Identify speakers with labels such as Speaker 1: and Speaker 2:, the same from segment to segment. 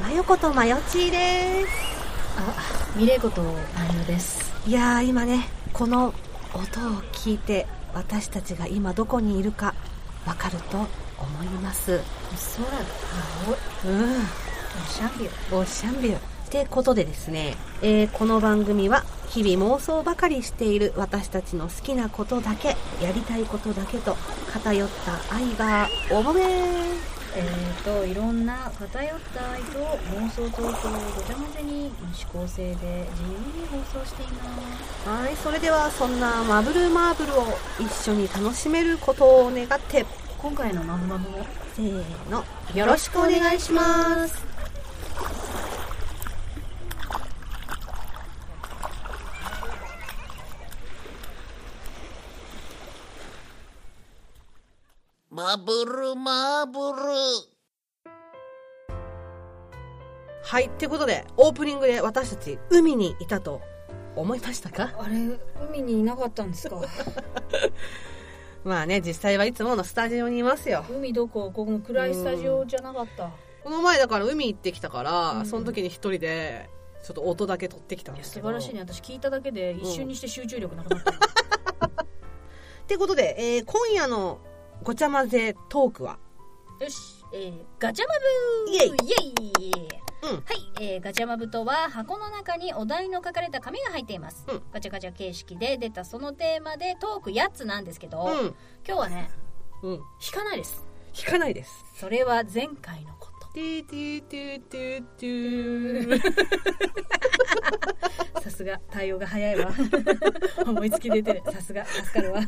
Speaker 1: 真代子と真代ちーです
Speaker 2: あ、ミレコとパンヨです。
Speaker 1: いやー今ねこの音を聞いて私たちが今どこにいるかわかると思います
Speaker 2: 空が青い。
Speaker 1: うん
Speaker 2: シャンビュー。
Speaker 1: オーシャンビュー。ってことでですね、えーこの番組は日々妄想ばかりしている私たちの好きなことだけ、やりたいことだけと偏った愛が重め
Speaker 2: えーと、いろんな偏った愛と妄想トークをごちゃ混ぜに指向性で自由に放送しています。
Speaker 1: はい、それではそんなマブルマーブルを一緒に楽しめることを願って、
Speaker 2: 今回のマブマブも
Speaker 1: せーの、よろしくお願いします。
Speaker 3: マブルマーブル。
Speaker 1: はい、ってことで、オープニングで私たち海にいたと思いましたか
Speaker 2: あれ、海にいなかったんですか
Speaker 1: まあね、実際はいつものスタジオにいますよ。
Speaker 2: 海どここの暗いスタジオじゃなかった。
Speaker 1: この前だから海行ってきたから、
Speaker 2: うん
Speaker 1: その時に一人でちょっと音だけ取ってきたん
Speaker 2: い
Speaker 1: で
Speaker 2: や、
Speaker 1: す
Speaker 2: 素
Speaker 1: けど
Speaker 2: 晴らしいね。私聞いただけで一瞬にして集中力なくなった。
Speaker 1: ってことで、えー今夜のごちゃ混ぜトークは
Speaker 2: よし、えー、ガチャマブ
Speaker 1: イエイ
Speaker 2: イエイ
Speaker 1: うん
Speaker 2: はい、えー、ガチャマブとは箱の中にお題の書かれた紙が入っています、
Speaker 1: うん
Speaker 2: ガチャガチャ形式で出たそのテーマでトーク8つなんですけど、今日はね
Speaker 1: うんうん
Speaker 2: 引かないです
Speaker 1: 引かないです
Speaker 2: それは前回のこ
Speaker 1: トゥートゥートゥートゥートゥー
Speaker 2: とさすが対応が早い わ思いつき出てるさすが助かるわ、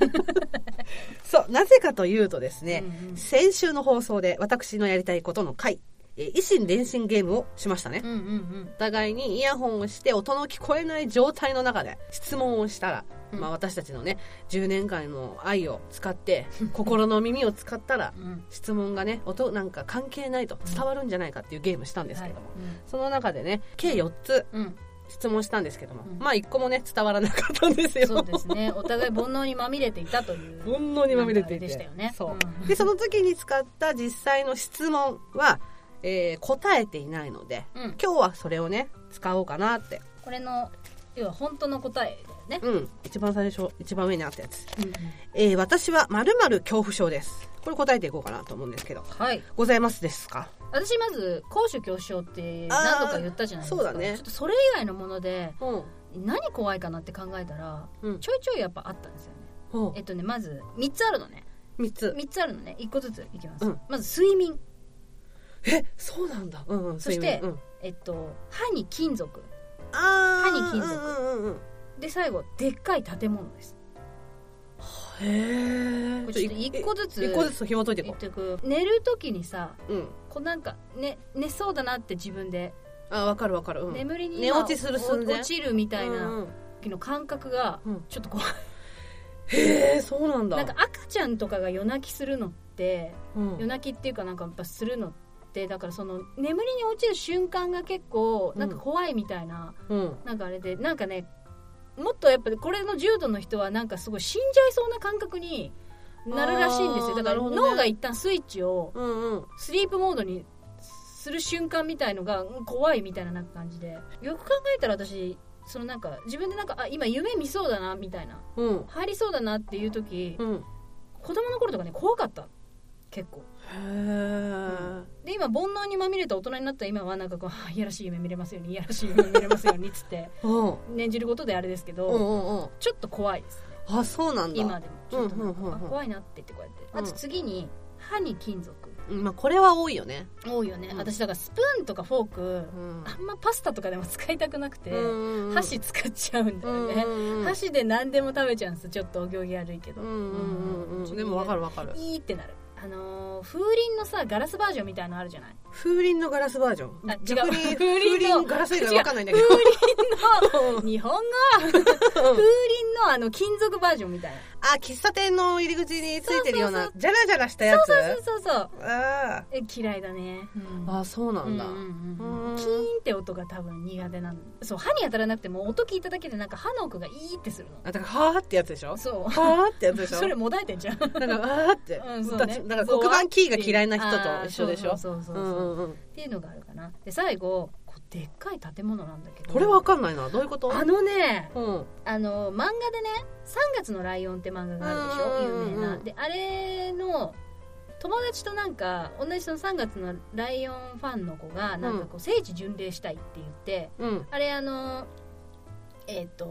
Speaker 1: そうなぜかというとですね、
Speaker 2: うんうん
Speaker 1: 先週の放送で私のやりたいことの回えー維新伝心ゲームをしましたね、
Speaker 2: うんうんうん
Speaker 1: お互いにイヤホンをして音の聞こえない状態の中で質問をしたら、
Speaker 2: うん
Speaker 1: まあ、私たちのね10年間の愛を使 って心の耳を使ったら
Speaker 2: うん
Speaker 1: 質問がね音なんか関係ないと伝わるんじゃないかっていうゲームしたんですけども、その中でね計4つ
Speaker 2: はいうんうん
Speaker 1: 質問したんですけども、
Speaker 2: うん
Speaker 1: まあ1個もね伝わらなかったんですよ
Speaker 2: そうで すねお互い煩悩にまみれていたという
Speaker 1: 本当にまみれていて
Speaker 2: なんかあれでしたよね
Speaker 1: そう、
Speaker 2: うん
Speaker 1: でその時に使った実際の質問は、えー答えていないので
Speaker 2: うん、
Speaker 1: 今日はそれをね使おうかなって
Speaker 2: これの要は本当の答えだよね、
Speaker 1: うん一番最初一番上にあったやつ
Speaker 2: うんうん
Speaker 1: えー私はまるまる恐怖症です。これ答えていこうかなと思うんですけど。
Speaker 2: はい
Speaker 1: ございますですか
Speaker 2: 私まず高所恐怖症って何度か言ったじゃないですか
Speaker 1: あーそうだね
Speaker 2: ちょっとそれ以外のもので
Speaker 1: うん。
Speaker 2: 何怖いかなって考えたら
Speaker 1: うん。
Speaker 2: ちょいちょいやっぱあったんですよね
Speaker 1: ほ
Speaker 2: えっとねまず3つあるのね
Speaker 1: う。3つ。
Speaker 2: 3つあるのね1個ずついきます、
Speaker 1: うん
Speaker 2: まず睡眠
Speaker 1: え、そうなんだ。うんうん。
Speaker 2: そして
Speaker 1: 睡眠うん、
Speaker 2: えっと歯に金属
Speaker 1: あー
Speaker 2: 歯に金属
Speaker 1: うんうんうん。
Speaker 2: で最後でっかい建物です
Speaker 1: へ
Speaker 2: こ
Speaker 1: え。
Speaker 2: れちょっと1個ずつ
Speaker 1: 一個ずつ紐解いてい
Speaker 2: 言
Speaker 1: こ
Speaker 2: っていく寝る時にさ
Speaker 1: う。うん。
Speaker 2: こうなんか、ね、寝そうだなって自分で、
Speaker 1: あ、わかるわかる。うん。
Speaker 2: 眠りに
Speaker 1: 寝落ちする寸前
Speaker 2: 落ちるみたい
Speaker 1: うん
Speaker 2: な
Speaker 1: うん
Speaker 2: 時の感覚が
Speaker 1: うん
Speaker 2: ちょっと怖い
Speaker 1: へえ、そうなんだ。
Speaker 2: なんか赤ちゃんとかが夜泣きするのって
Speaker 1: うん
Speaker 2: 夜泣きっていうかなんかやっぱするのってだからその眠りに落ちる瞬間が結構なんか怖いみたいな、
Speaker 1: うん。
Speaker 2: なんかあれでなんかねもっとやっぱりこれの重度の人はなんかすごい死んじゃいそうな感覚になるらしいんです
Speaker 1: あ
Speaker 2: よ
Speaker 1: ー
Speaker 2: だから
Speaker 1: なるほどね
Speaker 2: 脳が一旦スイッチを
Speaker 1: うんうん。
Speaker 2: スリープモードにする瞬間みたいのがうん怖いみたいななんか感じでよく考えたら私そのなんか自分でなんかあ今夢見そうだなみたいな
Speaker 1: うん。
Speaker 2: 入りそうだなっていう時
Speaker 1: うん。
Speaker 2: 子供の頃とかね怖かった結構
Speaker 1: へ
Speaker 2: で今煩悩にまみれた大人になった今はなんかこうはあいやらしい夢見れますようにいやらしい夢見れますようにっつって
Speaker 1: え。うん。
Speaker 2: 念じることであれですけど、
Speaker 1: うんうんうん。
Speaker 2: ちょっと怖いです
Speaker 1: あ、そうなんだ。
Speaker 2: 今でもちょっとなんか、
Speaker 1: うんうんうんうん
Speaker 2: あ怖いなって言ってこうやってあ
Speaker 1: う
Speaker 2: と
Speaker 1: ん
Speaker 2: 次に歯に金属
Speaker 1: うんまあ、これは多いよね。
Speaker 2: 多いよね、
Speaker 1: うん
Speaker 2: 私だからスプーンとかフォーク、
Speaker 1: うん
Speaker 2: あんまパスタとかでも使いたくなくて、
Speaker 1: うんうん。
Speaker 2: 箸使っちゃうんだよね、
Speaker 1: うんうんうん
Speaker 2: 箸で何でも食べちゃうんですちょっとお行儀悪いけど、
Speaker 1: うんうんうんうんでもわかるわかる
Speaker 2: いいってなるあのー風鈴のさガラスバージョンみたいのあるじゃない
Speaker 1: 風鈴のガラスバージョ
Speaker 2: あ違う
Speaker 1: ン逆に
Speaker 2: 風鈴の
Speaker 1: 風鈴ガラス以外わかんないんだけ
Speaker 2: 風鈴
Speaker 1: ど
Speaker 2: の日本語
Speaker 1: うん
Speaker 2: 風鈴のあの金属バージョンみたいな
Speaker 1: あ喫茶店の入り口についてるようなジャラジャラしたや
Speaker 2: そう
Speaker 1: つ
Speaker 2: そうそうそう
Speaker 1: あ
Speaker 2: え嫌いだね、うん
Speaker 1: ーあそうなんだ
Speaker 2: うんうんうん
Speaker 1: うん
Speaker 2: キーンってって音が多分苦手なのそう歯に当たらなくても音聞いただけでなんか歯の奥がいいってするの
Speaker 1: あだからはーってやつでしょ
Speaker 2: そ
Speaker 1: はーってやつ
Speaker 2: う
Speaker 1: でしょ
Speaker 2: それもだえてんじゃん
Speaker 1: なんかあーって、
Speaker 2: うんそうね
Speaker 1: だだから黒板キーが嫌いな人と一緒でしょ
Speaker 2: あーそうそうそう
Speaker 1: う
Speaker 2: そうん
Speaker 1: う
Speaker 2: そう
Speaker 1: んうん
Speaker 2: っていうのがあるかなで最後こうでっかい建物なんだけど
Speaker 1: これわかんないなどういうこと
Speaker 2: あのね
Speaker 1: うん
Speaker 2: あの漫画でね「3月のライオン」って漫画があるでしょ
Speaker 1: うんうんうん
Speaker 2: 有名なであれの友達となんか同じその3月のライオンファンの子がなんかこう聖地巡礼したいって言って、
Speaker 1: うん
Speaker 2: あれあのえっ、と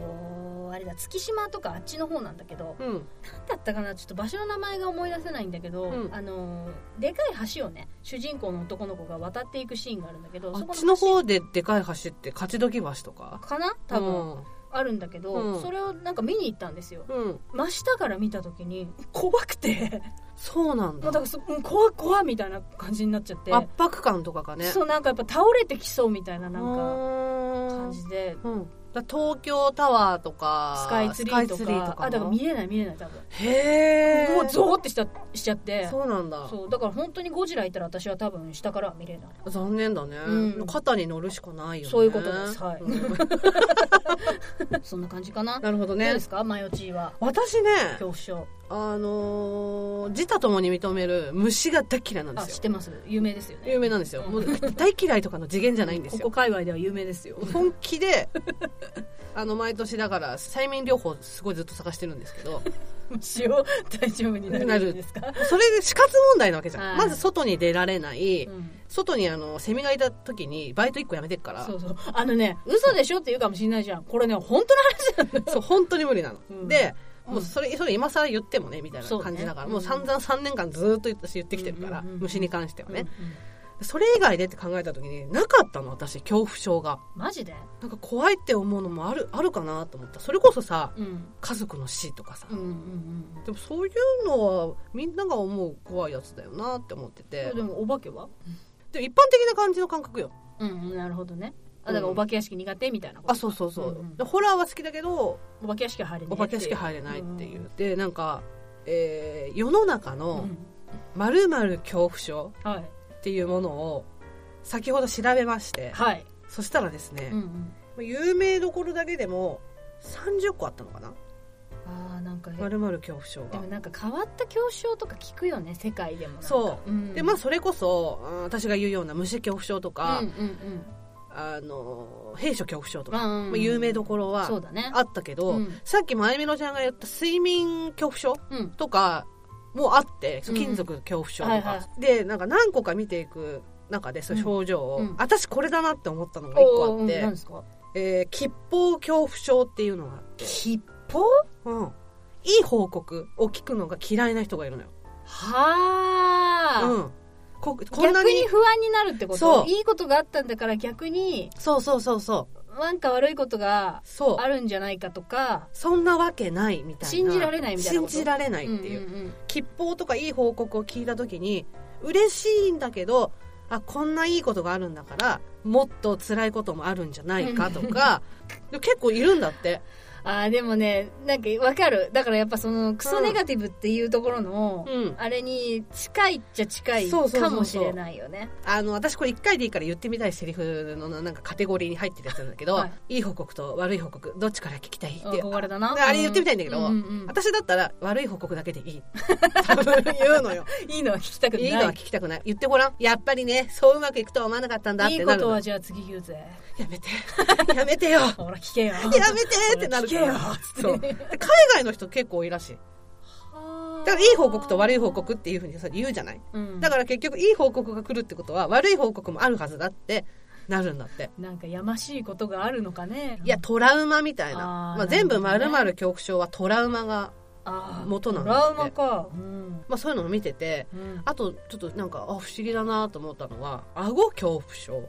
Speaker 2: あれだ月島とかあっちの方なんだけど
Speaker 1: うん
Speaker 2: 何だったかなちょっと場所の名前が思い出せないんだけど、
Speaker 1: うん
Speaker 2: あのでかい橋をね主人公の男の子が渡っていくシーンがあるんだけど
Speaker 1: あ
Speaker 2: そ
Speaker 1: っ
Speaker 2: こ
Speaker 1: ちの
Speaker 2: 橋
Speaker 1: 方ででかい橋って勝どき橋とか
Speaker 2: かな多分、
Speaker 1: うん
Speaker 2: あるんだけど、
Speaker 1: うん
Speaker 2: それをなんか見に行ったんですよ
Speaker 1: うん
Speaker 2: 真下から見た時に怖くて
Speaker 1: そうなん
Speaker 2: もうだ
Speaker 1: だ
Speaker 2: からそうん怖い怖いみたいな感じになっちゃって、
Speaker 1: 圧迫感とかがね
Speaker 2: そうなんかやっぱ倒れてきそうみたいななんか感じで
Speaker 1: うーんうんだから東京タワーとか
Speaker 2: スカイツリーとか
Speaker 1: スカイツ
Speaker 2: あだから見えない見えない多分、
Speaker 1: へえ
Speaker 2: もうゾーってしちゃしちゃって
Speaker 1: そうなんだ
Speaker 2: そうだから本当にゴジラいたら私は多分下からは見れない
Speaker 1: 残念だね、
Speaker 2: うん
Speaker 1: 肩に乗るしかないよね
Speaker 2: そういうことですはい
Speaker 1: うん
Speaker 2: そんな感じかな
Speaker 1: なるほど
Speaker 2: どう
Speaker 1: ね
Speaker 2: ですかマヨチーは
Speaker 1: 私ね
Speaker 2: 恐怖症
Speaker 1: あのー自他ともに認める虫が大嫌いなんで
Speaker 2: あ
Speaker 1: す
Speaker 2: 知っ
Speaker 1: よ
Speaker 2: てます有名ですよね
Speaker 1: 有名なんですよ
Speaker 2: うん
Speaker 1: もう大嫌いとかの次元じゃないんで
Speaker 2: こ
Speaker 1: す
Speaker 2: こ
Speaker 1: よ
Speaker 2: 界隈では有名ですよ
Speaker 1: 本気で あの毎年だから催眠療法すごいずっと探してるんですけど
Speaker 2: 虫を大丈夫にな
Speaker 1: な
Speaker 2: る
Speaker 1: る
Speaker 2: んですか、
Speaker 1: それで死活問題なわけじゃん、
Speaker 2: はい
Speaker 1: まず外に出られない、
Speaker 2: うん
Speaker 1: 外にあのセミがいた時にバイト1個やめてっから
Speaker 2: そうそうあのね嘘でしょって言うかもしれないじゃんこれね本当の話なんだよ
Speaker 1: そう本当に無理なの、
Speaker 2: うん
Speaker 1: で
Speaker 2: うん
Speaker 1: もうそれそれ今更言ってもねみたいな感じだから
Speaker 2: そ
Speaker 1: もう
Speaker 2: うね
Speaker 1: 散々3年間ずっと私言ってきてるから、
Speaker 2: うんうんうんうん
Speaker 1: 虫に関してはね、
Speaker 2: ね、
Speaker 1: それ以外でって考えた時になかったの私恐怖症が
Speaker 2: マジで
Speaker 1: なんか怖いって思うのもあるあるかなと思ったそれこそさ
Speaker 2: うん
Speaker 1: 家族の死とかさ、
Speaker 2: うんうんうん
Speaker 1: でもそういうのはみんなが思う怖いやつだよなって思ってて
Speaker 2: でもお化けは
Speaker 1: でも一般的な感じの感覚よ
Speaker 2: うんうんなるほどねあだからお化け屋敷苦手みたいなこと
Speaker 1: あそうそうそう、
Speaker 2: うんうん
Speaker 1: でホラーは好きだけど
Speaker 2: お化け屋敷は入れない
Speaker 1: お化け屋敷入れないっていう、でなんか、えー世の中
Speaker 2: うんう
Speaker 1: の
Speaker 2: ん
Speaker 1: 〇〇恐怖症
Speaker 2: はい
Speaker 1: っていうものを先ほど調べまして
Speaker 2: はい、
Speaker 1: そしたらですね
Speaker 2: うんう、ん、
Speaker 1: 有名どころだけでも30個あったのかな
Speaker 2: あーなんか
Speaker 1: 〇〇恐怖症
Speaker 2: で
Speaker 1: が
Speaker 2: も。なんか変わった恐怖症とか聞くよね世界でもなんか、
Speaker 1: そう
Speaker 2: ん、
Speaker 1: でまあそれこそ、うん私が言うような虫恐怖症とか、
Speaker 2: うんうんうん
Speaker 1: あの兵所恐怖症とか、
Speaker 2: うんうんうん
Speaker 1: まあ有名どころは
Speaker 2: そうだね
Speaker 1: あったけど、
Speaker 2: うん
Speaker 1: さっきまゆみのちゃんが言った睡眠恐怖症
Speaker 2: うん
Speaker 1: とかもあって、
Speaker 2: うん
Speaker 1: 金属恐怖症とか、
Speaker 2: はいは
Speaker 1: でなんか何個か見ていく中でそういう症状を、
Speaker 2: うんうん
Speaker 1: 私これだなって思ったのが1個あ
Speaker 2: おーう
Speaker 1: っ
Speaker 2: ん
Speaker 1: て、
Speaker 2: 何ですか
Speaker 1: えー吉報恐怖症っていうのがあって、
Speaker 2: 吉報
Speaker 1: うん、いい報告を聞くのが嫌いな人がいるのよ、
Speaker 2: はあ、
Speaker 1: うん、ここんな
Speaker 2: 逆
Speaker 1: に
Speaker 2: に不安になるってこと
Speaker 1: そう
Speaker 2: いいことがあったんだから逆に
Speaker 1: そうそうそうそう
Speaker 2: なんか悪いことが
Speaker 1: そう
Speaker 2: あるんじゃないかとか
Speaker 1: そんなわけないみたいな
Speaker 2: 信じられないみたいなこと
Speaker 1: 信じられないっていう,、
Speaker 2: んん
Speaker 1: 吉報とかいい報告を聞いた時に嬉しいんだけどあこんないいことがあるんだからもっと辛いこともあるんじゃないかとかで結構いるんだって
Speaker 2: うんあーでもねなんかわかるだからやっぱそのクソネガティブっていうところの、
Speaker 1: うん
Speaker 2: あれに近いっちゃ近い
Speaker 1: そうそうそうそ
Speaker 2: か
Speaker 1: う
Speaker 2: もしれないよね
Speaker 1: あの私これ1回でいいから言ってみたいセリフのなんかカテゴリーに入ってるやつなんだけど、
Speaker 2: はい
Speaker 1: い、い報告と悪い報告どっちから聞きたいって
Speaker 2: 憧れだな
Speaker 1: ああれ言ってみたいんだけど、
Speaker 2: うんうんうん
Speaker 1: 私だったら悪い報告だけでいい多分言うの よ
Speaker 2: いいのは聞きたくない
Speaker 1: いいのは聞きたくない言ってごらんやっぱりねそううまくいくとは思わなかったんだっ
Speaker 2: い
Speaker 1: て
Speaker 2: い
Speaker 1: なる
Speaker 2: こと
Speaker 1: の
Speaker 2: はじゃあ次言うぜ
Speaker 1: やめてやめてよや
Speaker 2: ほら聞けよや
Speaker 1: めてってなる
Speaker 2: 聞け
Speaker 1: か
Speaker 2: よ
Speaker 1: ら
Speaker 2: つ
Speaker 1: そう
Speaker 2: っ
Speaker 1: で
Speaker 2: て
Speaker 1: 海外の人結構多いらしいだかららいい報告と悪い報告っていうふうにさ言うじゃないだから結局いい報告が来るってことは悪い報告もあるはずだってなるんだって
Speaker 2: なんかやましいことがあるのかね
Speaker 1: いやトラウマみたいな
Speaker 2: あー
Speaker 1: まあ、全部
Speaker 2: な
Speaker 1: 丸
Speaker 2: るほどね
Speaker 1: 々恐怖症はトラウマが、
Speaker 2: あー
Speaker 1: 元なん
Speaker 2: ト
Speaker 1: だって
Speaker 2: ラウマかうん
Speaker 1: まあ、そういうのを見てて
Speaker 2: うん
Speaker 1: あとちょっとなんかあ不思議だなと思ったのは顎恐怖症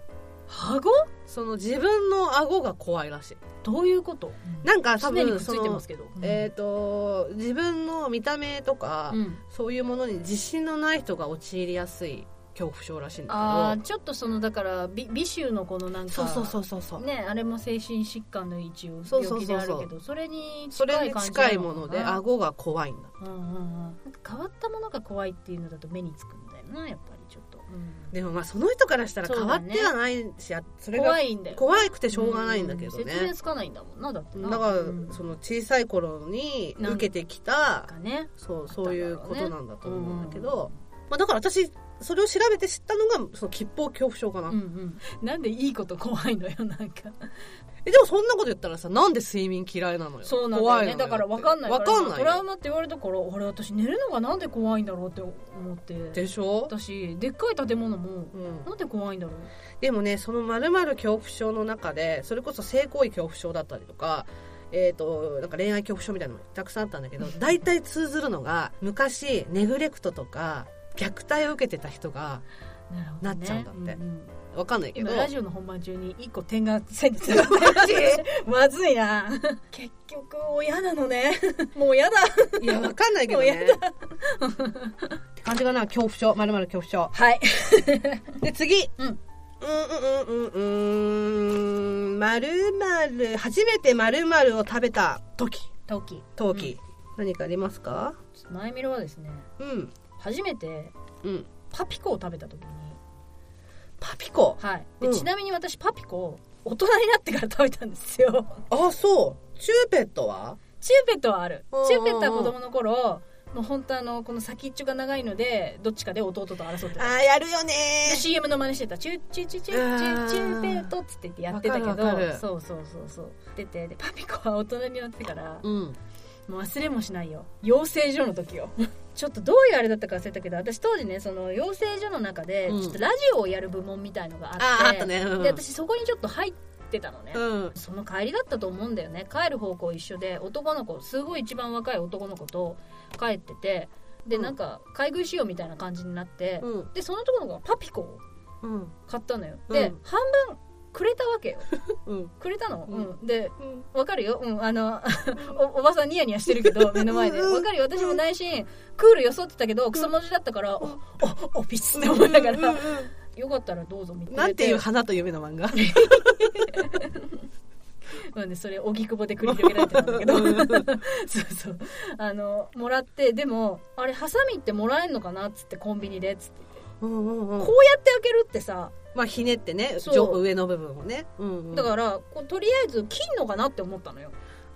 Speaker 2: 顎
Speaker 1: その自分の顎が怖いらしい
Speaker 2: どういうこと
Speaker 1: なんか多
Speaker 2: 常にく
Speaker 1: 分
Speaker 2: っつ
Speaker 1: そ
Speaker 2: いてま
Speaker 1: の
Speaker 2: すけど
Speaker 1: えっ、と自分の見た目とか、
Speaker 2: うん
Speaker 1: そういうものに自信のない人が陥りやすい恐怖症らしいん
Speaker 2: あ
Speaker 1: だ
Speaker 2: あちょっとそのだから美美臭のこのなん
Speaker 1: け
Speaker 2: か
Speaker 1: どそうそうそうそうそう、
Speaker 2: ねあれも精神疾患の一応
Speaker 1: そうそうそうそう
Speaker 2: 病気であるけどそれに
Speaker 1: それ
Speaker 2: 近い
Speaker 1: に
Speaker 2: 感じ
Speaker 1: 近いもので
Speaker 2: なのか
Speaker 1: 顎が怖いんだ
Speaker 2: なうんうんうんなんか変わったものが怖いっていうのだと目につくんだよなやっぱりちょっとうん
Speaker 1: でもまあその人からしたら変わってはないし、あそれが
Speaker 2: 怖いんだよ
Speaker 1: 怖くてしょうがないんだけど
Speaker 2: うん説明
Speaker 1: ね、
Speaker 2: つかないんだもんなだって
Speaker 1: だ
Speaker 2: な
Speaker 1: から、
Speaker 2: うん
Speaker 1: その小さい頃に受けてきた
Speaker 2: なんかね
Speaker 1: そう
Speaker 2: たんだろうね
Speaker 1: そういうことなんだと思うんだけど、まあ、だから私それを調べて知ったのがその吉報恐怖症かな、
Speaker 2: うんうんなんでいいこと怖いのよなんか
Speaker 1: えでもそんなこと言ったらさなんで睡眠嫌いなのよ
Speaker 2: そうなんだよ
Speaker 1: の
Speaker 2: ねだから分かんない
Speaker 1: わかん
Speaker 2: よ
Speaker 1: ない
Speaker 2: トラウ
Speaker 1: よ
Speaker 2: マって言われたから俺私寝るのがなんで怖いんだろうって思って
Speaker 1: でしょ、
Speaker 2: 私でっかい建物も
Speaker 1: うん、
Speaker 2: なんで怖いんだろう
Speaker 1: でもねその〇〇恐怖症の中でそれこそ性行為恐怖症だったりとか,、えー、となんか恋愛恐怖症みたいなのもたくさんあったんだけど大体通ずるのが昔ネグレクトとか虐待を受けてた人が
Speaker 2: なるほどね
Speaker 1: なっちゃうんだって
Speaker 2: んん
Speaker 1: わかんないけ
Speaker 2: 今
Speaker 1: ど
Speaker 2: ラジオの本番中に一個点が線につながってる まずいな結局親なのねもう嫌だ
Speaker 1: いやわかんないけど
Speaker 2: も
Speaker 1: ねって感じがな恐怖症〇〇恐怖症
Speaker 2: はい
Speaker 1: で次、
Speaker 2: う
Speaker 1: う
Speaker 2: ん
Speaker 1: んうんうんうんうんまるまる初めてまるまるを食べた時
Speaker 2: トウキ
Speaker 1: 陶器、何かありますか
Speaker 2: 前見ろはですね
Speaker 1: うん
Speaker 2: 初めて
Speaker 1: うん
Speaker 2: パピコを食べた時に
Speaker 1: パピコ
Speaker 2: はいで、
Speaker 1: うん
Speaker 2: ちなみに私パピコを大人になってから食べたんですよ
Speaker 1: あそうチューペットは
Speaker 2: チューペットはある
Speaker 1: うんうんうん
Speaker 2: チューペットは子供の頃もう本当あのこの先っちょが長いのでどっちかで弟と争ってた
Speaker 1: あやるよね
Speaker 2: で CM の真似してた「チューチューチューチューチューチューペート」っつって言ってやってたけ
Speaker 1: わかるわか
Speaker 2: ど
Speaker 1: る
Speaker 2: そうそうそうそう出てでパピコは大人になってからも
Speaker 1: うん
Speaker 2: う忘れもしないよ養成所の時よ ちょっとどういうあれだったか忘れたけど私当時ねその養成所の中で
Speaker 1: うん
Speaker 2: ちょっとラジオをやる部門みたいのがあって
Speaker 1: ああったねうん
Speaker 2: で私そこにちょっと入ってたのね
Speaker 1: うん
Speaker 2: その帰りだったと思うんだよね帰る方向一緒で男の子すごい一番若い男の子と帰っててで
Speaker 1: うん
Speaker 2: なんか買い食いしようみたいな感じになって、
Speaker 1: うん
Speaker 2: でその男の子がパピコを
Speaker 1: うん
Speaker 2: 買ったのよ、
Speaker 1: うん
Speaker 2: で半分くれたわけよ
Speaker 1: うん
Speaker 2: くれたの、う
Speaker 1: うんん
Speaker 2: でわかるよ、うん、あの おおばさんニヤニヤしてるけ ど目の前で
Speaker 1: うん
Speaker 2: わかるよ私も内心クールよそってたけどクソ文字だったから、おおおビスって思いながら、よかったらどうぞみたいな
Speaker 1: なんていう花と夢の漫画
Speaker 2: うんね、それ荻窪で繰り広げられてたんだけど そうそうあのもらってでもあれハサミってもらえんのかなっつってコンビニでっつって
Speaker 1: うんうんう
Speaker 2: こ
Speaker 1: ん
Speaker 2: うやって開けるってさ
Speaker 1: まあひねってね
Speaker 2: そう
Speaker 1: 上上の部分をねうんうん
Speaker 2: だからこうとりあえず切んのかなって思ったのよ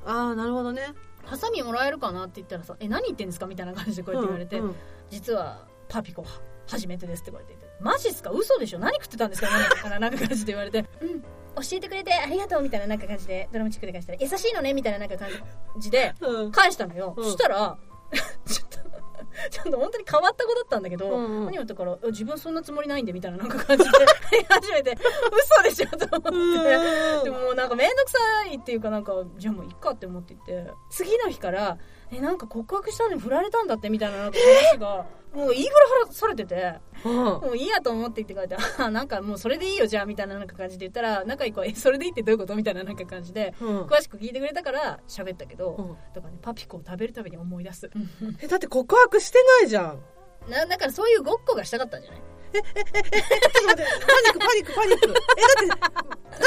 Speaker 1: ああなるほどね
Speaker 2: ハサミもらえるかなって言ったらさ「え何言ってんですか?」みたいな感じでこうやって言われて「
Speaker 1: うんうん
Speaker 2: 実はパピコは初めてです」って言われて「マジっすか嘘でしょ何食ってたんですか?」みたいななんか感じで言われて「うん教えてくれてありがとう」みたいななんか感じでドラムチックで返したら「優しいのね」みたいななんか感じで
Speaker 1: うん
Speaker 2: 返したのよ、
Speaker 1: うん
Speaker 2: そしたら ちょっと ちょっと本当に変わった子だったんだけど、
Speaker 1: うんうん
Speaker 2: 何言ったからえ「自分そんなつもりないんで」みたいななんか感じ で言い始めて「嘘でしょ」と思って。でももうなんか面倒くさいっていうかなんかじゃあもういっかって思っていて次の日から「えなんか告白したのに振られたんだって」みたいななんか話 が、もういいぐらい話されてて
Speaker 1: うん
Speaker 2: もういいやと思ってって書いて「あーなんかもうそれでいいよじゃあ」みたいななんか感じで言ったら仲いい子は「えそれでいいってどういうこと?」みたいななんか感じで
Speaker 1: うん
Speaker 2: 詳しく聞いてくれたから喋ったけど、
Speaker 1: うん
Speaker 2: だからねパピコを食べるたびに思い出す、
Speaker 1: えだって告白してないじゃん
Speaker 2: なだからそういうごっこがしたかったんじゃない
Speaker 1: ちょっと待って、パニック、パニック、パニック。え、だ って、だっ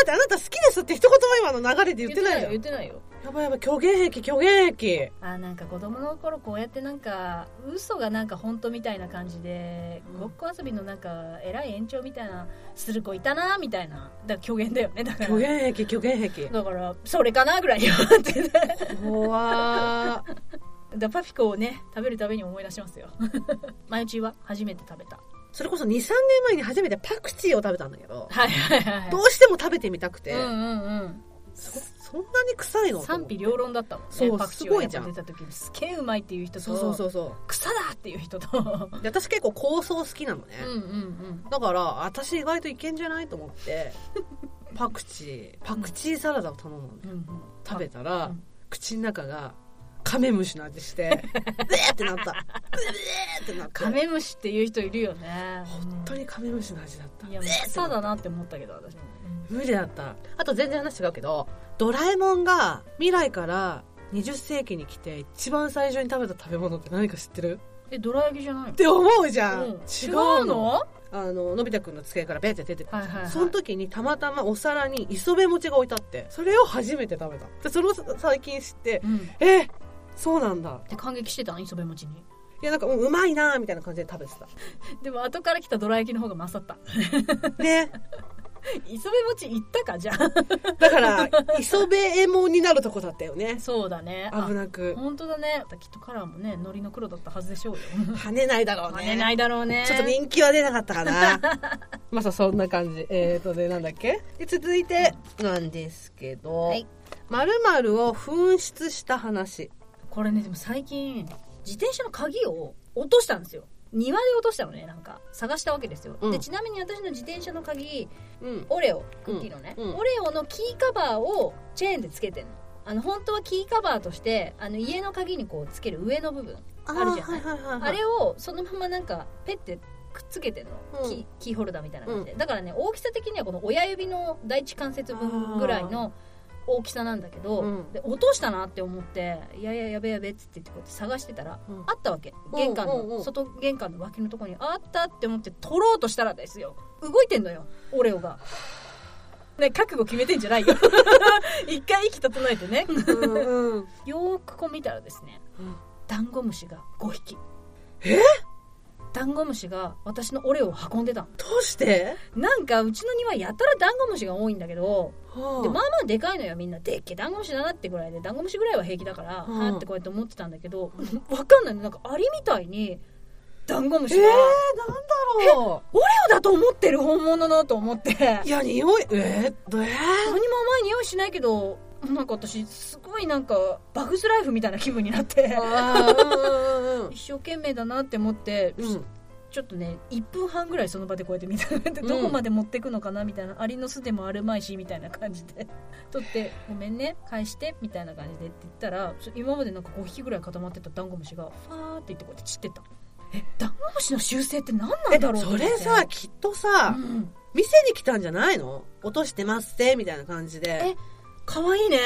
Speaker 1: てあなた好きですって一言も今の流れで言ってないじゃん。
Speaker 2: 言ってないよ言って
Speaker 1: やばいやばい、虚言癖、虚言癖。
Speaker 2: ないよあーなんか子供の頃こうやってなんか嘘がなんか本当みたいな感じで
Speaker 1: うん
Speaker 2: ごっこ遊びのなんか偉い延長みたいなする子いたなみたいなだから虚言だよねだから
Speaker 1: 虚言癖、虚言癖。
Speaker 2: だからそれかなぐらいよってねだか
Speaker 1: 怖ー
Speaker 2: らパピコをね食べるたびに思い出します よ前うちは初めて食べた
Speaker 1: それこそ2、3年前に初めてパクチーを食べたんだけど、
Speaker 2: はいはいはい
Speaker 1: どうしても食べてみたくて、
Speaker 2: うんうんうん
Speaker 1: そそんなに臭いの
Speaker 2: 賛否両論だったもんね
Speaker 1: そう
Speaker 2: パクチー
Speaker 1: す
Speaker 2: を
Speaker 1: ご
Speaker 2: や
Speaker 1: い
Speaker 2: っ
Speaker 1: じ
Speaker 2: ぱ
Speaker 1: ゃん
Speaker 2: 出た時にすげえうまいっていう人と
Speaker 1: そうそうそうそ
Speaker 2: 草だっていう人と
Speaker 1: う。で私結構香草好きなのね
Speaker 2: うん。うんうん
Speaker 1: だから、私意外といけんじゃないと思って、パクチー、パクチーサラダを頼むのね。
Speaker 2: うんうん
Speaker 1: 食べたら、
Speaker 2: うん
Speaker 1: 口の中がカメムシの味してブエーってなったブエーってなった
Speaker 2: カメムシっていう人いるよね
Speaker 1: 本当にカメムシの味だった
Speaker 2: いや草だなって思ったけど私も
Speaker 1: 無理だったあと全然話違うけどドラえもんが未来から20世紀に来て一番最初に食べた食べ物って何か知ってる
Speaker 2: えどら焼きじゃない
Speaker 1: って思うじゃん、
Speaker 2: の
Speaker 1: 違
Speaker 2: ん
Speaker 1: うの
Speaker 2: 違うの
Speaker 1: あののび太くんの机からベって出てくるじゃん、
Speaker 2: はいはいはい
Speaker 1: その時にたまたまお皿に磯辺餅が置いてあってそれを初めて食べたでそれを最近知って
Speaker 2: う、ん
Speaker 1: えそうなんだ
Speaker 2: で感激してたん磯辺餅に
Speaker 1: いやなんかうんうまいなーみたいな感じで食べてた
Speaker 2: でも後から来たどら焼きの方が勝った
Speaker 1: ね
Speaker 2: 磯部餅行ったかじゃあ
Speaker 1: だから磯部右衛門になるとこだったよね
Speaker 2: そうだねあ
Speaker 1: 危なく
Speaker 2: 本当だねきっとカラーもね海苔の黒だったはずでしょうよ
Speaker 1: 跳ねないだろうね
Speaker 2: 跳ねないだろうね
Speaker 1: ちょっと人気は出なかったかな まさそんな感じえーとねなんだっけで続いてなんですけど
Speaker 2: い
Speaker 1: 「まるを紛失した話
Speaker 2: これねでも最近自転車の鍵を落としたんですよ庭で落としたのねなんか探したわけですよ、
Speaker 1: うん
Speaker 2: でちなみに私の自転車の鍵」
Speaker 1: うん
Speaker 2: オレオクッキーのね、
Speaker 1: うんうん
Speaker 2: オレオのキーカバーをチェーンでつけてんのあの本当はキーカバーとしてあの家の鍵にこうつける上の部分あるじゃな
Speaker 1: ーはいはい
Speaker 2: い
Speaker 1: はいはい
Speaker 2: あれをそのままなんかペッてくっつけてんの、
Speaker 1: うん
Speaker 2: キーキーホルダーみたいな感じで、だからね大きさ的にはこの親指の第一関節分ぐらいの大きさなんだけど、
Speaker 1: うん
Speaker 2: で落としたなって思って「いやいややべやべ」っつってこうやって探してたら、
Speaker 1: うん
Speaker 2: あったわけ玄関の、
Speaker 1: うんうんうん
Speaker 2: 外玄関の脇のとこにあったって思って取ろうとしたらですよ動いてんのよオレオ が。ね、覚悟決めてんじ ゃないよ一回息整えてね
Speaker 1: うんうん
Speaker 2: よーくこう見たらですね
Speaker 1: うん
Speaker 2: ダンゴムシが5匹えダンゴムシが私のオレオを運んでたの
Speaker 1: どうして
Speaker 2: なんかうちの庭やたらダンゴムシが多いんだけどでまあ
Speaker 1: は
Speaker 2: まあでかいのよみんなでっけダンゴムシだなってぐらいでダンゴムシぐらいは平気だからは
Speaker 1: うん
Speaker 2: ーってこうやって思ってたんだけど わかんないなんかアリみたいにダンゴム
Speaker 1: え
Speaker 2: シ
Speaker 1: ー、
Speaker 2: が、
Speaker 1: な
Speaker 2: オレ
Speaker 1: んだろ
Speaker 2: オだと思ってる本物のと思って
Speaker 1: ういや匂いえー、どえ
Speaker 2: 何も甘い匂いしないけどなんか私すごいなんかバグズライフみたいな気分になって
Speaker 1: ー、あーうん
Speaker 2: 一生懸命だなって思って、
Speaker 1: うんうんうん
Speaker 2: ちょっとね1分半ぐらいその場でこうやって見たでどこまで持ってくのかなみたいな、アリの巣でもあるまいしみたいな感じで 取って「ごめんね返して」みたいな感じでって言ったらちょ今までなんか5匹ぐらい固まってたダンゴムシがファーって言ってこうやって散ってったえダンゴムシの習性って何なんだろうと思
Speaker 1: そ
Speaker 2: って
Speaker 1: れさきっとさ、
Speaker 2: うん、
Speaker 1: 店に来たんじゃないの落としてますってみたいな感じで
Speaker 2: えかわいいね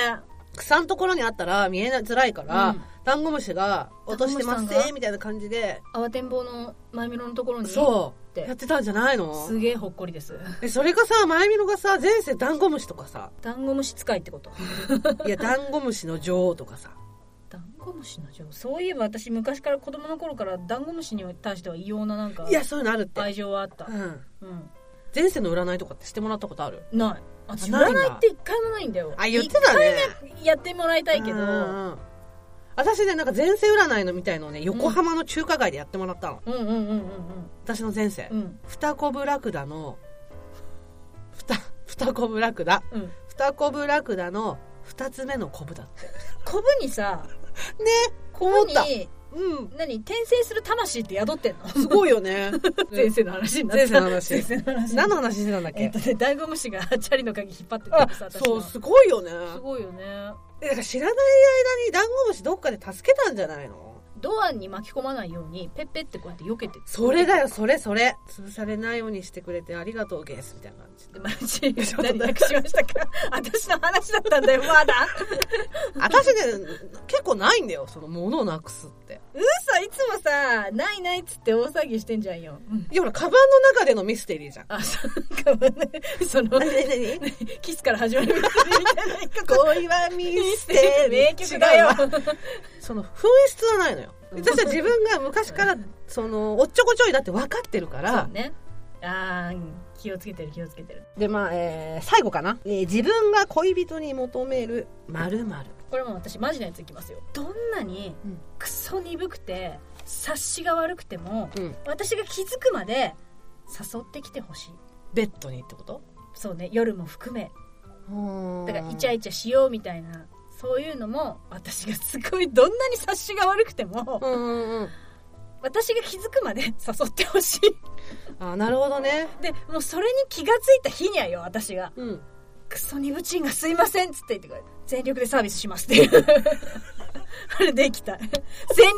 Speaker 1: 草のところにあったら見えづらいから、
Speaker 2: うん
Speaker 1: ダンゴムシが落としてます
Speaker 2: ダンゴムシさん
Speaker 1: ぜ
Speaker 2: が
Speaker 1: みたいな感じで、
Speaker 2: 慌てんぼうの前みろのところに
Speaker 1: そう
Speaker 2: って
Speaker 1: やってたんじゃないの
Speaker 2: すげえほっこりです
Speaker 1: えそれがさ前見のがさ前世ダンゴムシとか さ
Speaker 2: ダンゴムシ使いってこと
Speaker 1: いやダンゴムシの女王とかさ
Speaker 2: ダンゴムシの情報そういえば私昔から子供の頃からダンゴムシに対しては異様ななんか
Speaker 1: いやそういうのあるって、
Speaker 2: 愛情はあった
Speaker 1: う、ん、
Speaker 2: うん、
Speaker 1: 前世の占いとかってしてもらったことある
Speaker 2: ない私
Speaker 1: あな
Speaker 2: 占
Speaker 1: いんだ
Speaker 2: いって一回もないんだよ
Speaker 1: あ言ってたね
Speaker 2: 一回ねやってもらいたいけど
Speaker 1: う
Speaker 2: うん
Speaker 1: んうん私ねなんか前世占いのみたいのをね横浜の中華街でやってもらったの、
Speaker 2: うんうんうんうん
Speaker 1: 私の前世、
Speaker 2: うんうん
Speaker 1: 二コブラクダのふた二コブラクダ
Speaker 2: うん
Speaker 1: 二コブラクダの二つ目のコブだって
Speaker 2: コブにさ
Speaker 1: ね
Speaker 2: コ
Speaker 1: 思っ
Speaker 2: ブ
Speaker 1: た
Speaker 2: に
Speaker 1: うん
Speaker 2: 何転生する魂って宿ってんの
Speaker 1: すごいよね
Speaker 2: 前世の話になった
Speaker 1: 前世の話
Speaker 2: 前世の話
Speaker 1: 何の話してたんだっ
Speaker 2: え
Speaker 1: け
Speaker 2: っとねダンゴムシがチャリの鍵引っ張って
Speaker 1: あ
Speaker 2: たさ私の
Speaker 1: そうすごいよね
Speaker 2: すごいよね
Speaker 1: えだから知らない間にダンゴムシどっかで助けたんじゃないの
Speaker 2: ドアに巻き込まないようにペッペってこうやって避けて
Speaker 1: それだよそれそれ潰されないようにしてくれてありがとうゲースみたいな感じ
Speaker 2: でマジ何なくしましたか 私の話だったんだよまだ
Speaker 1: 私ね結構ないんだよその物をなくすって
Speaker 2: 嘘いつもさないないっつって大騒ぎしてんじゃんよ、
Speaker 1: いやほらカバンの中でのミステリーじゃん
Speaker 2: あそうかもねその
Speaker 1: 何何
Speaker 2: キスから始まるみたいな一個 こ
Speaker 1: 恋はミス
Speaker 2: う
Speaker 1: テリー
Speaker 2: 名曲だよ
Speaker 1: 違うわその紛失はないのよ
Speaker 2: うん
Speaker 1: 私は自分が昔からそのおっちょこちょいだって分かってる から、
Speaker 2: ねあーうん気をつけてる気をつけてる
Speaker 1: でまあ、えー最後かな、えー自分が恋人に求める〇〇
Speaker 2: これもう私マジなやついきますよどんなに
Speaker 1: うん
Speaker 2: クソ鈍くて察しが悪くても
Speaker 1: うん
Speaker 2: 私が気づくまで誘ってきてほしい
Speaker 1: ベッドにってこと
Speaker 2: そうね夜も含めだからイチャ
Speaker 1: イ
Speaker 2: イチャしようみたいなそういうのも私がすごいどんなに察しが悪くても
Speaker 1: うんうんうん
Speaker 2: 私が気づくまで 誘ってほしい
Speaker 1: あなるほどね
Speaker 2: でもうそれに気がついた日にはよ私が
Speaker 1: うん
Speaker 2: 「クソニブチンがすいません」っつって言ってくれ全力でサービスしますっていう あれできた全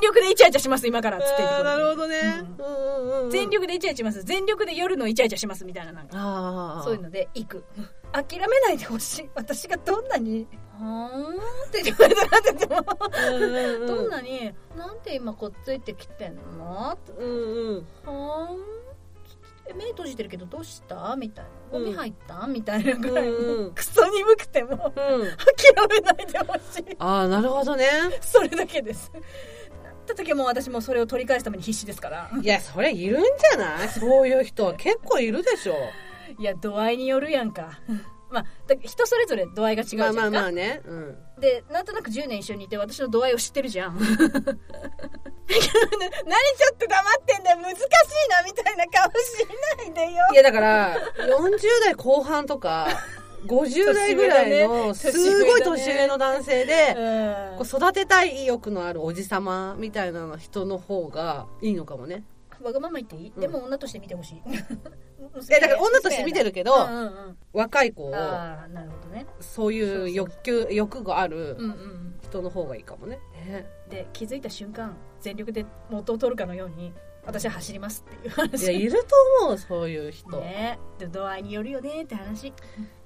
Speaker 2: 力でイチャイチャします今からっつって言って
Speaker 1: あ
Speaker 2: くれ
Speaker 1: な
Speaker 2: る
Speaker 1: るほどね、
Speaker 2: うん
Speaker 1: うんうんうん
Speaker 2: 全力でイチャイチャします全力で夜のイチャイチャしますみたいななんか
Speaker 1: ああ
Speaker 2: そういうので行く諦めないでほしい私がどんなに「はーん」 って言われてなってても
Speaker 1: の
Speaker 2: どんなに「なんで今こっついてきてんの?」って
Speaker 1: うんうん
Speaker 2: 「はーん」え目閉じてるけどどうした?」みたいな
Speaker 1: う
Speaker 2: 「ゴ
Speaker 1: ん
Speaker 2: ミ入った?」みたいなぐらいの、
Speaker 1: うんうん
Speaker 2: クソ鈍くても
Speaker 1: うん
Speaker 2: 諦めないでほしい
Speaker 1: ああなるほどね
Speaker 2: それだけですだった時はもう私もそれを取り返すために必死ですから
Speaker 1: いやそりゃいるんじゃないそういう人は結構いるでしょ
Speaker 2: いや度合いによるやんかまあだ人それぞれ度合いが違うじ
Speaker 1: ま
Speaker 2: ゃ
Speaker 1: あ
Speaker 2: んか、
Speaker 1: まあまあね、うん、
Speaker 2: でなんとなく10年一緒にいて私の度合いを知ってるじゃん 何ちょっと黙ってんだよ難しいなみたいな顔しないでよ
Speaker 1: いやだから40代後半と か50代ぐらいの
Speaker 2: 年上だね
Speaker 1: すごい年上の男性で、
Speaker 2: うん
Speaker 1: こう育てたい意欲のあるおじさまみたいな人の方がいいのかもね
Speaker 2: わがまま言っていい、
Speaker 1: うん
Speaker 2: でも女として見てほ しい
Speaker 1: いやだから女として見てるけど、
Speaker 2: うんうん
Speaker 1: 若い子
Speaker 2: う
Speaker 1: を
Speaker 2: ん、ああなるほどね
Speaker 1: そういう欲求欲がある
Speaker 2: うんうん
Speaker 1: 人の方がいいかもねね
Speaker 2: で気づいた瞬間全力で元を取るかのように私は走りますっていう
Speaker 1: い
Speaker 2: 話
Speaker 1: やいると思うそういう人、
Speaker 2: ねで度合いによるよねって話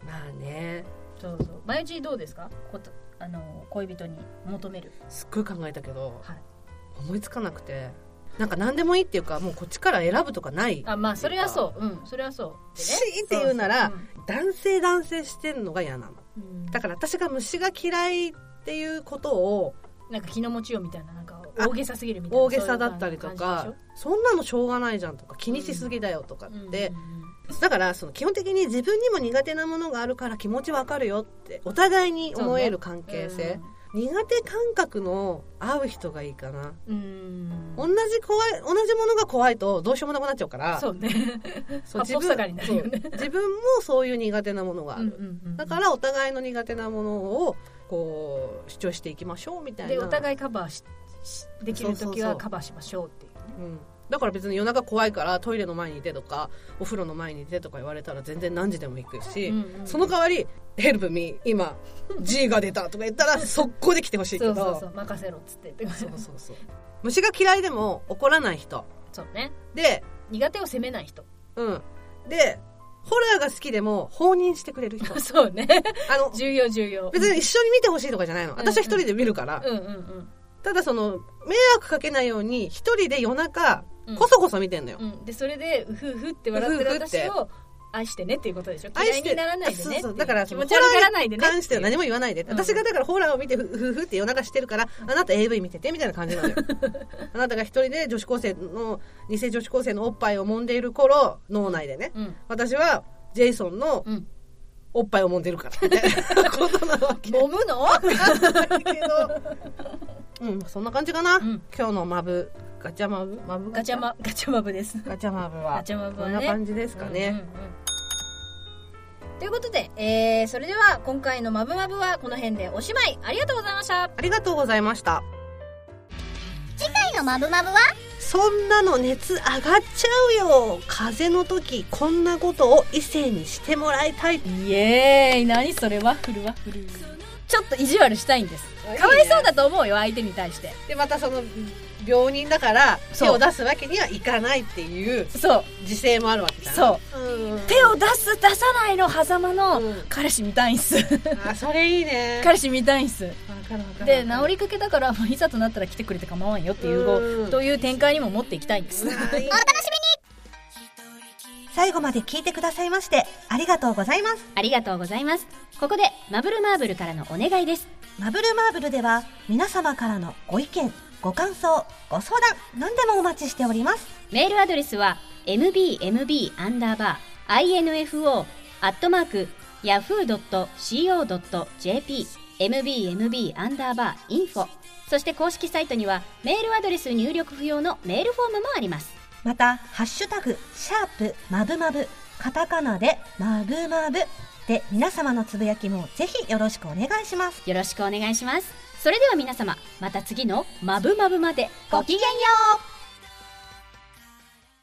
Speaker 1: まあね
Speaker 2: そうそう前内どうですかことあの恋人に求める
Speaker 1: すっごい考えたけど、
Speaker 2: はい
Speaker 1: 思いつかなくてなんか何でもいいっていうかもうこっちから選ぶとかない
Speaker 2: あまあそれはそううんそれはそうでね
Speaker 1: 強いて言うなら
Speaker 2: そ
Speaker 1: 男性男性してんのが嫌なの
Speaker 2: うそううん
Speaker 1: だから私が虫が嫌いっていうことを
Speaker 2: なんか気の持ちようみたいななんか大げさすぎるみたいな
Speaker 1: 大げさだったりとかそんなのしょうがないじゃんとか気にしすぎだよとか
Speaker 2: そういう
Speaker 1: っ
Speaker 2: 感じでしてょうんうんうん
Speaker 1: だからその基本的に自分にも苦手なものがあるから気持ちわかるよってお互いに思える関係性、苦手感覚の合う人がいいかな
Speaker 2: うんうん
Speaker 1: 同じ怖い同じものが怖いとどうしようもなくなっちゃうから
Speaker 2: そうね
Speaker 1: そう
Speaker 2: 八方塞がりになるよね
Speaker 1: そう自分もそういう苦手なものがある、だからお互いの苦手なものをこう主張していきましょうみたいな
Speaker 2: でお互いカバーししできる
Speaker 1: そうそう
Speaker 2: 時
Speaker 1: そ
Speaker 2: は
Speaker 1: う
Speaker 2: カバーしましょうっていうね
Speaker 1: うん、だから別に夜中怖いからトイレの前にいてとかお風呂の前にいてとか言われたら全然何時でも行くし、
Speaker 2: うんうん
Speaker 1: その代わり「ヘルプミー今 G が出た」とか言ったら速攻で来てほしいけ
Speaker 2: そ
Speaker 1: ど
Speaker 2: うそうそう任せろっつって
Speaker 1: そうそうそう虫が嫌いでも怒らない人
Speaker 2: そうね
Speaker 1: で
Speaker 2: 苦手を責めな い人
Speaker 1: うんでホラーが好きでも放任してくれ る人
Speaker 2: そうね
Speaker 1: あの
Speaker 2: 重要重要
Speaker 1: 別に一緒に見てほしいとかじゃないの
Speaker 2: んうん
Speaker 1: 私は一人で見るから、
Speaker 2: うんうんうん
Speaker 1: ただその迷惑かけないように一人で夜中
Speaker 2: うん
Speaker 1: こそこそ見てんのよ、
Speaker 2: うん、でそれでうふうふって笑ってる
Speaker 1: うふうふって
Speaker 2: 私を愛してねっていうことでしょ
Speaker 1: 愛
Speaker 2: 嫌
Speaker 1: し
Speaker 2: い
Speaker 1: て
Speaker 2: にならないでね
Speaker 1: そうそう
Speaker 2: って
Speaker 1: だ
Speaker 2: い
Speaker 1: から
Speaker 2: 気
Speaker 1: そ
Speaker 2: 持
Speaker 1: の
Speaker 2: ち悪がらないでね
Speaker 1: ホラーに関しては何も言わないで、
Speaker 2: ん
Speaker 1: 私がだからホラーを見てふふふって夜中してるから、あなた AV 見ててみたいな感じな のよあなたが一人で女子高生の偽女子高生のおっぱいを揉んでいる頃脳内でね、
Speaker 2: うん
Speaker 1: 私はジェイソンの
Speaker 2: うん
Speaker 1: おっぱいを揉んでるからみたい なことなわけ
Speaker 2: 揉むの
Speaker 1: うんそんな感じかな、
Speaker 2: ん
Speaker 1: 今日のマブガチャマブマブ
Speaker 2: ガチャマガチャマブです
Speaker 1: ガチャマブは
Speaker 2: ガチャマブは
Speaker 1: こん
Speaker 2: ね
Speaker 1: な感じですかね、
Speaker 2: うんうんうんということで、えーそれでは今回の「まぶまぶ」はこの辺でおしまいありがとうございました
Speaker 1: ありがとうございました
Speaker 4: 次回のマブマブは
Speaker 1: そんなの熱上がっちゃうよ風邪の時こんなことを異性にしてもらいたい
Speaker 2: イエーイ何それワッフルワッフルちょっと意地悪したいんです
Speaker 1: ね
Speaker 2: かわいそうだと思うよ相手に対して
Speaker 1: でまたその病人だから
Speaker 2: そう
Speaker 1: 手を出すわけにはいかないっていう
Speaker 2: そう
Speaker 1: 自制もあるわけだ
Speaker 2: そう
Speaker 1: う、うん、
Speaker 2: 手を出す出さないの狭間の
Speaker 1: うん
Speaker 2: 彼氏見たい んす
Speaker 1: あそれいいね
Speaker 2: 彼氏見たいんす
Speaker 1: わかるわかる
Speaker 2: で治りかけだからもういざとなったら来てくれて構わんよっていううんという展開にも持っていきたいんです
Speaker 1: り
Speaker 4: 最後まで聞いてくださいましてありがとうございます
Speaker 5: ありがとうございます。ここで、マブルマーブルからのお願いです。
Speaker 4: マブルマーブルでは皆様からのご意見ご感想ご相談何でもお待ちしております
Speaker 5: メールアドレスは、mbmb-info-yahoo.co.jp、mbmb-info。そして公式サイトには、メールアドレス入力不要のメールフォームもあります。
Speaker 4: また「ハッシュタグシャープマブマブ」カタカナで「マブマブ」で皆様のつぶやきもぜひよろしくお願いします
Speaker 5: よろしくお願いします。それでは皆様、また次のマブマブまでごきげんよう